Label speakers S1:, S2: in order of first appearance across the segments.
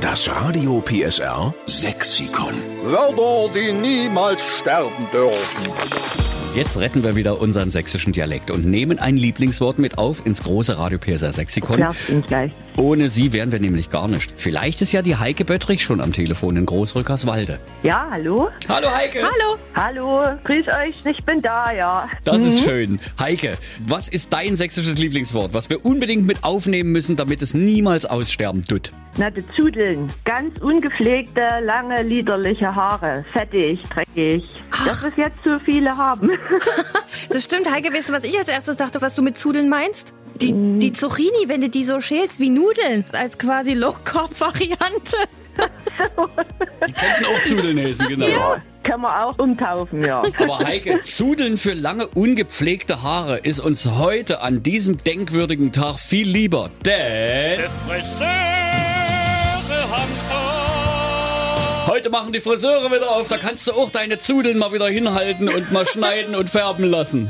S1: Das Radio PSR Sexikon.
S2: Wörter, die niemals sterben dürfen.
S3: Jetzt retten wir wieder unseren sächsischen Dialekt und nehmen ein Lieblingswort mit auf ins große Radio PSR Sexikon.
S4: Klappt ihn gleich.
S3: Ohne sie wären wir nämlich gar nicht. Vielleicht ist ja die Heike Böttrich schon am Telefon in Großrückerswalde.
S4: Ja, hallo?
S3: Hallo Heike!
S5: Hallo.
S4: Hallo, grüß euch, ich bin da, ja.
S3: Das ist schön. Heike, was ist dein sächsisches Lieblingswort, was wir unbedingt mit aufnehmen müssen, damit es niemals aussterben tut?
S4: Na, die Zudeln. Ganz ungepflegte, lange, liederliche Haare. Fettig, dreckig. Dass es jetzt so viele haben.
S5: Das stimmt, Heike, weißt du, was ich als erstes dachte, was du mit Zudeln meinst? Die, die Zucchini, wenn du die so schälst wie Nudeln, als quasi Low-Carb-Variante.
S3: Könnten auch Zudeln heißen, genau.
S4: Kann man auch umtaufen, ja.
S3: Aber Heike, Zudeln für lange ungepflegte Haare ist uns heute an diesem denkwürdigen Tag viel lieber, denn
S6: Der Friseure haben
S3: heute machen die Friseure wieder auf, da kannst du auch deine Zudeln mal wieder hinhalten und mal schneiden und färben lassen.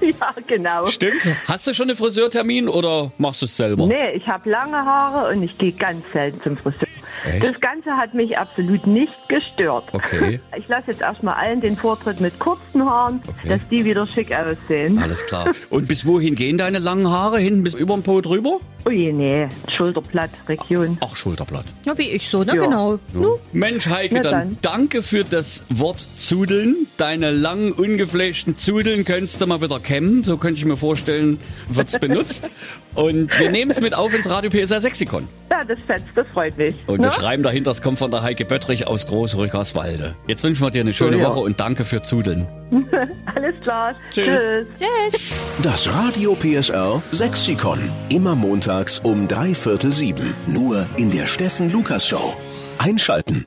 S4: ja, genau.
S3: Stimmt. Hast du schon einen Friseurtermin oder machst du es selber?
S4: Nee, ich habe lange Haare und ich gehe ganz selten zum Friseur.
S3: Echt?
S4: Das Ganze hat mich absolut nicht gestört.
S3: Okay.
S4: Ich lasse jetzt erstmal allen den Vortritt mit kurzen Haaren,
S3: Okay.
S4: dass die wieder schick aussehen.
S3: Alles klar. Und bis wohin gehen deine langen Haare? Hinten bis über den Po drüber?
S4: Ui, nee, Schulterblatt, Region.
S3: Ach, Schulterblatt.
S5: Na, wie ich so, ne?
S4: Ja.
S5: Genau. Nu.
S3: Mensch, Heike,
S4: Na
S3: dann
S4: dann.
S3: danke für das Wort Zudeln. Deine langen, ungeflechten Zudeln könntest du mal wieder kämmen. So könnte ich mir vorstellen, wird's benutzt. Und wir nehmen es mit auf ins Radio PSR Sexikon.
S4: Ja, das fetzt, das freut mich.
S3: Und
S4: Ne?
S3: wir schreiben dahinter, es kommt von der Heike Böttrich aus Großrückerswalde. Jetzt wünschen wir dir eine schöne
S4: So, ja.
S3: Woche und danke für Zudeln.
S4: Alles klar.
S3: Tschüss.
S4: Tschüss.
S5: Tschüss.
S1: Das Radio PSR Sexikon. Immer montags um drei Viertel sieben. Nur in der Steffen Lukas Show. Einschalten.